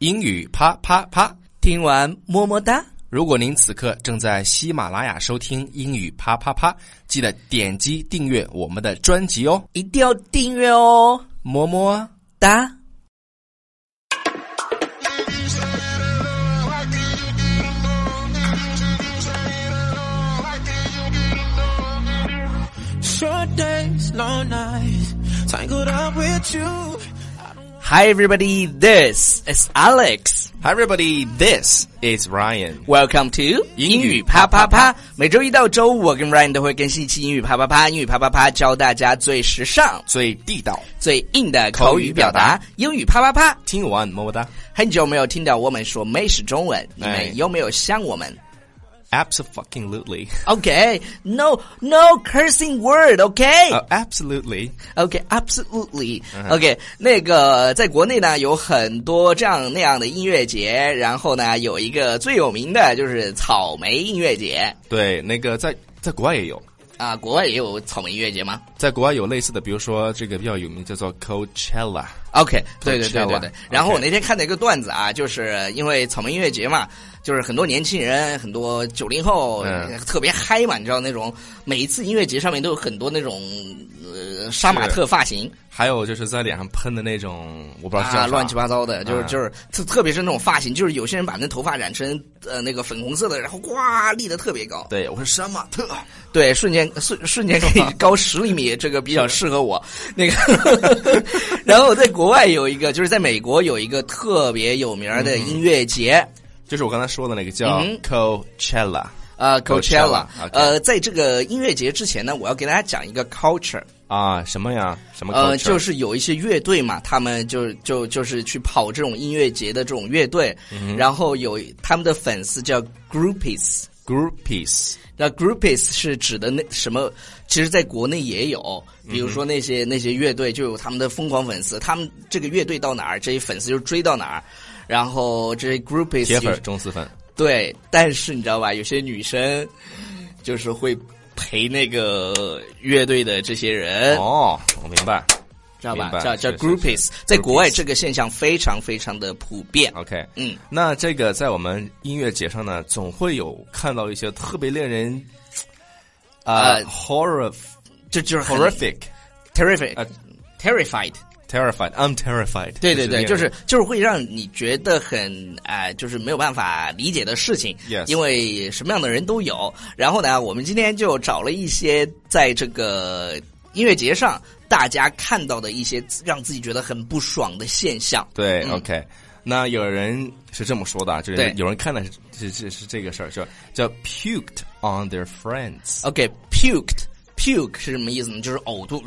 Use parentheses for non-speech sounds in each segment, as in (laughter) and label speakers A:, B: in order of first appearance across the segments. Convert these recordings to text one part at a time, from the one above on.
A: 英语啪啪啪。
B: 听完么么哒，
A: 如果您此刻正在喜马拉雅收听英语啪啪啪，记得点击订阅我们的专辑哦，
B: 一定要订阅哦，
A: 么么。
B: 哒。
C: Short days, long nights, tangled up with you.
B: Hi everybody, this is Alex.
A: Hi everybody, this is Ryan。
B: Welcome to
A: 英
B: 英
A: 语
B: 语
A: 啪
B: 啪
A: 啪啪
B: 啪啪。每周一到周五，我跟 Ryan 都会更新一期英语啪啪啪。英语啪啪啪教大家最时尚、
A: 最地道，
B: 最硬的口语表达。英语啪啪啪。
A: 听完么么哒。
B: 很久没有听到我们说美式中文，你
A: 哎
B: 们有没有像我们
A: (laughs) Absolutely,
B: ？OK，no no cursing word，OK，OK，absolutely，OK，、
A: uh, absolutely.
B: absolutely OK，那个在国内呢有很多这样那样的音乐节，然后呢有一个最有名的就是草莓音乐节
A: 对，那个在在国外也有，
B: 啊，国外也有草莓音乐节吗？
A: 在国外有类似的，比如说这个比较有名叫做 Coachella。
B: OK，对对对对
A: Coachella，OK
B: 对。然后我那天看到一个段子啊，就是因为草莓音乐节嘛，就是很多年轻人，很多九零后、
A: 嗯
B: 特别嗨嘛，你知道那种每一次音乐节上面都有很多那种呃杀马特发型
A: 还有就是在脸上喷的那种，我不知道是叫
B: 啊，
A: 啥
B: 乱七八糟的，就是、
A: 嗯
B: 就是特特别是那种发型，就是有些人把那头发染成呃那个粉红色的，然后呱立得特别高，
A: 对，我是杀马特。
B: 对，瞬间瞬瞬间可以高十厘米，这个比较适合
A: (laughs)
B: 我。那个，然后在国外有一个，就是在美国有一个特别有名儿的音乐节。
A: 就是我刚才说的那个叫
B: 嗯
A: Coachella，、
B: 呃
A: Coachella，
B: ，Coachella，
A: OK
B: 呃，在这个音乐节之前呢，我要给大家讲一个 culture，
A: 啊，什么呀？什么 culture？、
B: 呃，就是有一些乐队嘛，他们就就就是去跑这种音乐节的这种乐队，
A: 嗯
B: 然后有他们的粉丝叫 groupies，
A: groupies，
B: 那 groupies 是指的那什么？其实，在国内也有，
A: 嗯
B: 比如说那些、那些乐队就有他们的疯狂粉丝，他们这个乐队到哪儿，这些粉丝就追到哪儿，然后这些 groupies
A: 铁
B: 就
A: 粉
B: 是
A: 忠实粉。
B: 对，但是你知道吧？有些女生就是会陪那个乐队的这些人，
A: 哦，我明白。
B: 知道吧
A: 明白？
B: 叫叫
A: 是是
B: groupies，
A: 是
B: 在国外
A: groupies 啊
B: 这个现象非常非常的普遍。
A: OK，
B: 嗯，
A: 那这个在我们音乐节上呢，总会有看到一些特别令人啊、
B: 呃
A: horror
B: 这就是很
A: horrific
B: terrific、
A: 呃
B: terrified。
A: terrified I'm terrified。
B: 对对对，
A: 这
B: 就
A: 个
B: 是就是会让你觉得很啊、呃就是没有办法理解的事情
A: Yes
B: 因为什么样的人都有。然后呢，我们今天就找了一些在这个音乐节上大家看到的一些让自己觉得很不爽的现象。
A: 对、
B: 嗯
A: OK。那有人是这么说的啊，就是
B: 对
A: 有人看的是是是是这个事儿，叫叫 puked on their friends。
B: OK，puked、puke 是什么意思呢？就是呕吐。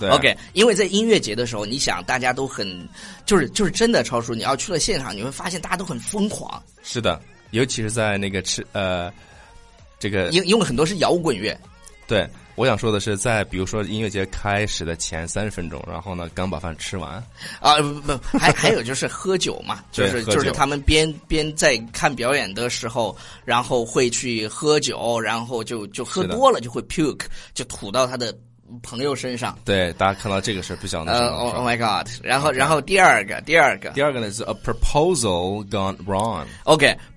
A: 对
B: OK，因为在音乐节的时候，你想大家都很，就是就是真的，超叔，你要去了现场，你会发现大家都很疯狂，
A: 是的，尤其是在那个吃呃这个
B: 因因为很多是摇滚乐。
A: 对，我想说的是，在比如说音乐节开始的前三十分钟，然后呢，刚把饭吃完，
B: 啊，不不，
A: (laughs)
B: 不还还有就是喝酒嘛，就
A: 对
B: 是
A: 喝
B: 就是
A: 酒
B: 他们边边在看表演的时候，然后会去喝酒，然后就就喝
A: 是的
B: 多了就会 puke，就吐到他的朋友身上。
A: 对，大家看到这个事儿比较那什
B: 呃
A: 么
B: ，Oh
A: 是
B: oh
A: 吧
B: my god！然后然后第二个第二个
A: 第二个呢是 a proposal gone wrong，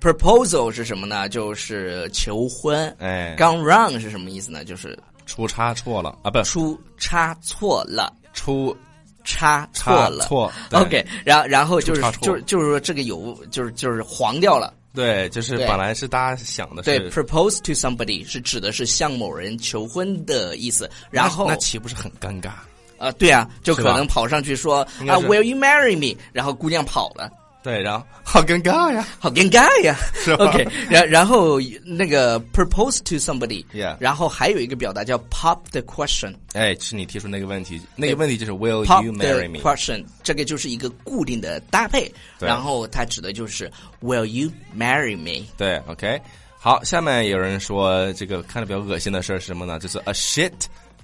B: ，OK，proposal 是什么呢？就是求婚。
A: 哎，
B: 刚 run 是什么意思呢？就是
A: 出差错了啊，不
B: 出差错了，
A: 出
B: 差
A: 差
B: 错了。
A: 错对
B: OK，然然后就是
A: 出差错
B: 就是就是说这个有就是就是黄掉了。
A: 对，就是
B: 对
A: 本来是大家想的
B: 对
A: 是，
B: ，propose to somebody 是指的是向某人求婚的意思。
A: 那
B: 然后
A: 那岂不是很尴尬？
B: 呃，对啊，就可
A: 是吧
B: 能跑上去说
A: 应
B: 啊
A: 该是
B: ，Will you marry me？然后姑娘跑了，
A: 对，然后好尴尬呀， (laughs)
B: 好尴尬呀。
A: 是吧
B: OK，然然后那个 propose to somebody，
A: Yeah
B: 然后还有一个表达叫 pop the question。
A: 哎，是你提出那个问题，那个问题就是 Will
B: Pop
A: you
B: the
A: marry me？
B: question，这个就是一个固定的搭配，
A: 对
B: 然后它指的就是 Will you marry me？
A: 对，OK，好，下面有人说这个看着比较恶心的事儿是什么呢？就是 a shit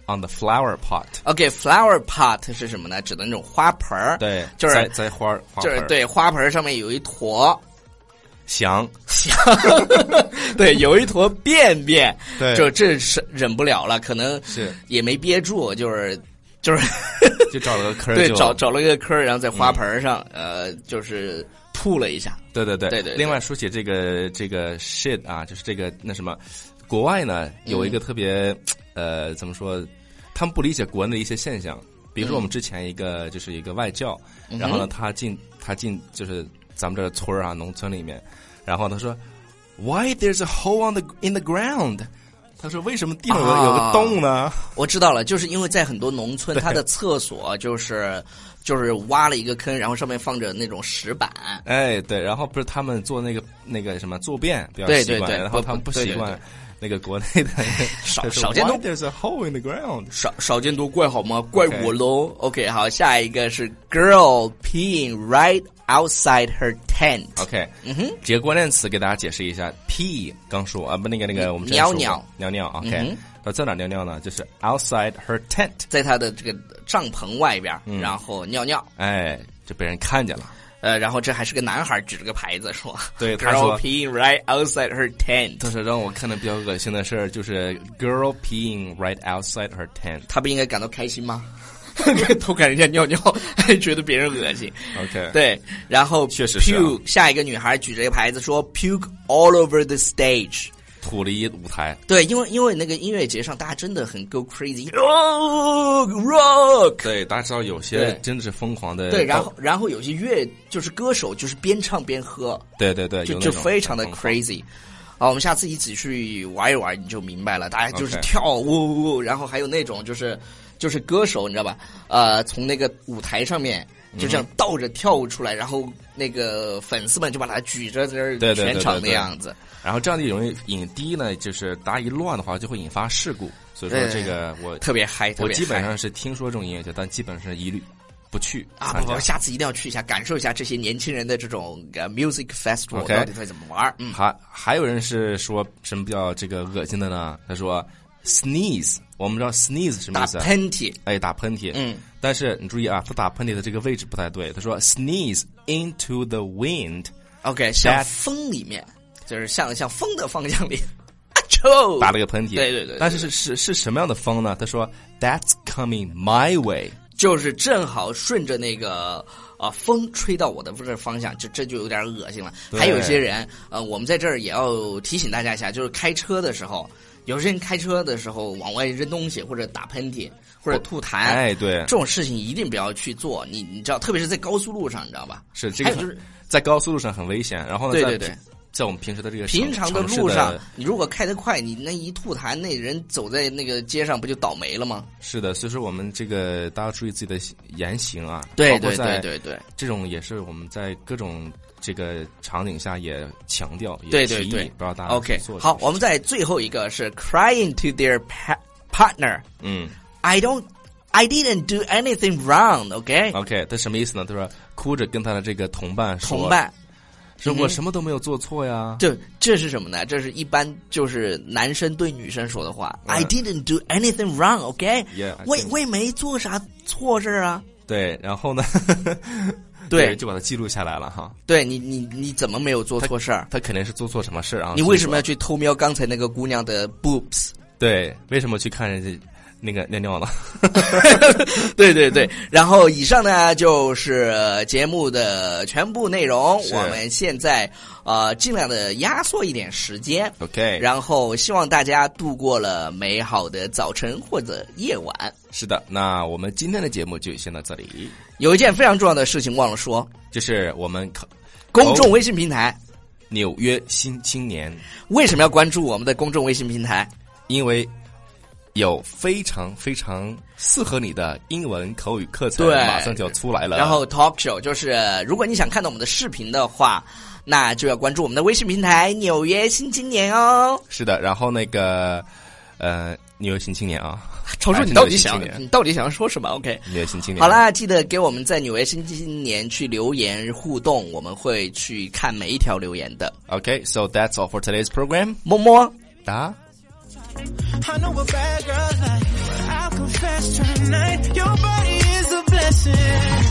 A: on the flower pot。
B: OK，flower、pot 是什么呢？指的那种花盆儿，
A: 对，
B: 就是
A: 栽栽花儿花
B: 就是
A: 盆儿
B: 对花盆儿上面有一坨 (laughs)
A: 翔，
B: 香，对，有一坨便便，
A: 对
B: 就这是忍不了了，可能
A: 是
B: 也没憋住，就是就是
A: 就就找了个坑儿
B: 对
A: 就，嗯
B: 找找了一个坑儿，然后在花盆上，呃，就是铺了一下。
A: 对对对
B: 对对对
A: 另外，说起这个这个 shit 啊，就是这个那什么，国外呢有一个特别、呃怎么说，他们不理解国内的一些现象，比如说我们之前一个、就是一个外教，
B: 嗯
A: 然后呢他进他进就是咱们这个村儿啊农村里面，然后他说 Why there's a hole on the in the ground？他说为什么地上有、
B: 啊
A: 有个洞呢？
B: 我知道了，就是因为在很多农村，它的厕所就是就是挖了一个坑，然后上面放着那种石板。
A: 哎，对，然后不是他们做那个那个什么坐便比较
B: 对
A: 习惯，
B: 对对
A: 然后他们不
B: 对
A: 习
B: 对
A: 惯
B: 对
A: 那个国内的 (laughs)
B: 少
A: 他说
B: 少见
A: "Why
B: 都
A: There's a hole in the ground。
B: 少少见多怪好吗？怪我喽。OK，好，下一个是 girl peeing right outside her tent。
A: OK，
B: 嗯哼，
A: 几个关键词给大家解释一下。P 刚说啊，不，那个那个，我们之前
B: 尿
A: 说过尿
B: 尿
A: 尿。OK，
B: 嗯
A: 那在哪尿尿呢？就是 outside her tent。
B: 在她的这个帐篷外边，
A: 嗯
B: 然后尿尿。
A: 哎，就被人看见了。
B: 呃，然后这还是个男孩指着个牌子说， (laughs)
A: 对他说
B: ，girl peeing right outside her tent。
A: 但是让我看的比较恶心的是，就是 girl peeing right outside her tent。
B: 他不应该感到开心
A: (laughs)
B: 吗？ (laughs) 偷看人家尿尿，还觉得别人
A: (laughs)
B: 恶心。
A: OK，，
B: 对，然后
A: 确实是啊
B: puke，下一个女孩举着一个牌子说 puke all over the stage。
A: 吐了一舞台。
B: 对，因为因为那个音乐节上，大家真的很 go crazy，rock rock。
A: 对，大家知道有些
B: 对
A: 真的是疯狂的。
B: 对，然后然后有些乐就是歌手就是边唱边喝，
A: 对对对，
B: 就
A: 有那
B: 就
A: 种
B: 非常的
A: 疯狂
B: crazy。啊，我们下次一起去玩一玩，你就明白了。大家就是
A: OK
B: 跳呜呜呜，然后还有那种就是就是歌手，你知道吧？呃，从那个舞台上面
A: 嗯
B: 就这样倒着跳出来，然后那个粉丝们就把他举着在这
A: 对对对
B: 儿全场的
A: 对对
B: 样子。
A: 然后这样的容易引第一呢，就是大家一乱的话就会引发事故，所以说
B: 对
A: 这个我
B: 特别嗨，哎特
A: 我
B: 别
A: 基本
B: 嗨
A: 上是听说这种音乐节，但基本上一律不去
B: 啊，
A: 参
B: 不不，
A: 加。
B: 下次一定要去一下，感受一下这些年轻人的这种呃 music festival
A: OK
B: 到底会怎么玩儿。嗯，
A: 还还有人是说什么比较这个恶心的呢？他说 sneeze，我们知道 sneeze 什么
B: 打
A: 意思？
B: 喷嚏，
A: 哎，打喷嚏。
B: 嗯，
A: 但是你注意啊，他打喷嚏的这个位置不太对。他说 sneeze into the wind，
B: OK，像
A: That-
B: 风里面，就是像像风的方向里， (laughs) 啊臭！
A: 打了个喷嚏。
B: 对对对对
A: 但是是是是什么样的风呢？他说 that's coming my way。
B: 就是正好顺着那个啊风吹到我的这方向，这这就有点恶心了。
A: 对
B: 还有一些人，呃，我们在这儿也要提醒大家一下，就是开车的时候，有些人开车的时候往外扔东西，或者打喷嚏，或者吐痰，
A: 哎，对
B: 这，种事情一定不要去做。你你知道，特别是在高速路上，你知道吧？
A: 是这个
B: 还有
A: 很
B: 就是
A: 在高速路上很危险。然后呢，
B: 对
A: 在
B: 对对
A: 平，在我们平时的这个
B: 平
A: 城
B: 常的
A: 城市
B: 路上
A: 的，
B: 你如果开得快，你那一吐痰，那人走在那个街上不就倒霉了吗？
A: 是的，所以说我们这个大家注意自己的言行啊，
B: 对
A: 包括
B: 对
A: 在
B: 对对对
A: 这种也是我们在各种这个场景下也强调，也
B: 对对
A: 提议
B: 对
A: 不知道大家
B: ，OK，
A: 啊做这
B: 好
A: 个，事
B: 我们在最后一个是 crying to their pa- partner。
A: 嗯
B: I don't, I didn't do anything wrong. OK，
A: ，OK，他什么意思呢？他说哭着跟他的这个同伴说，
B: 同伴，
A: 说
B: 嗯哼
A: 我什么都没有做错呀，
B: 这这是什么呢？这是一般就是男生对女生说的话。
A: 嗯
B: I didn't do anything wrong. OK，
A: Yeah, I
B: 我
A: think-
B: 我也没做啥错事儿啊。
A: 对，然后呢， (laughs)
B: 对
A: 就把他记录下来了哈，
B: 对你你你怎么没有做错事儿？
A: 他肯定是做错什么事儿啊？
B: 你为什
A: 所以
B: 么要去偷瞄刚才那个姑娘的 boobs？
A: 说对为什么去看人家那个尿
B: (laughs)
A: 尿了？
B: 对对对，然后以上呢就是呃节目的全部内容。
A: 是
B: 我们现在呃尽量的压缩一点时间，
A: OK，
B: 然后希望大家度过了美好的早晨或者夜晚。
A: 是的，那我们今天的节目就先到这里，
B: 有一件非常重要的事情忘了说，
A: 就是我们考
B: 公众微信平台
A: 纽约新青年，
B: 为什么要关注我们的公众微信平台？
A: 因为有非常非常适合你的英文口语课程，
B: 对
A: 马上就要出来了。
B: 然后 Talk Show 就是，如果你想看到我们的视频的话，那就要关注我们的微信平台《纽约新青年》哦。
A: 是的，然后那个呃，纽约新青年啊，
B: 超叔，你
A: 还
B: 到
A: 是
B: 底想
A: 纽约新青年
B: 你到底想要说什么？OK，
A: 纽约新青年。
B: 好，啦，记得给我们在《纽约新青年》去留言互动，我们会去看每一条留言的。
A: ，OK，so、that's all for today's program。
B: 么么。
A: 答。
C: I know a bad girl's like, I'll confess tonight. Your body is a blessing.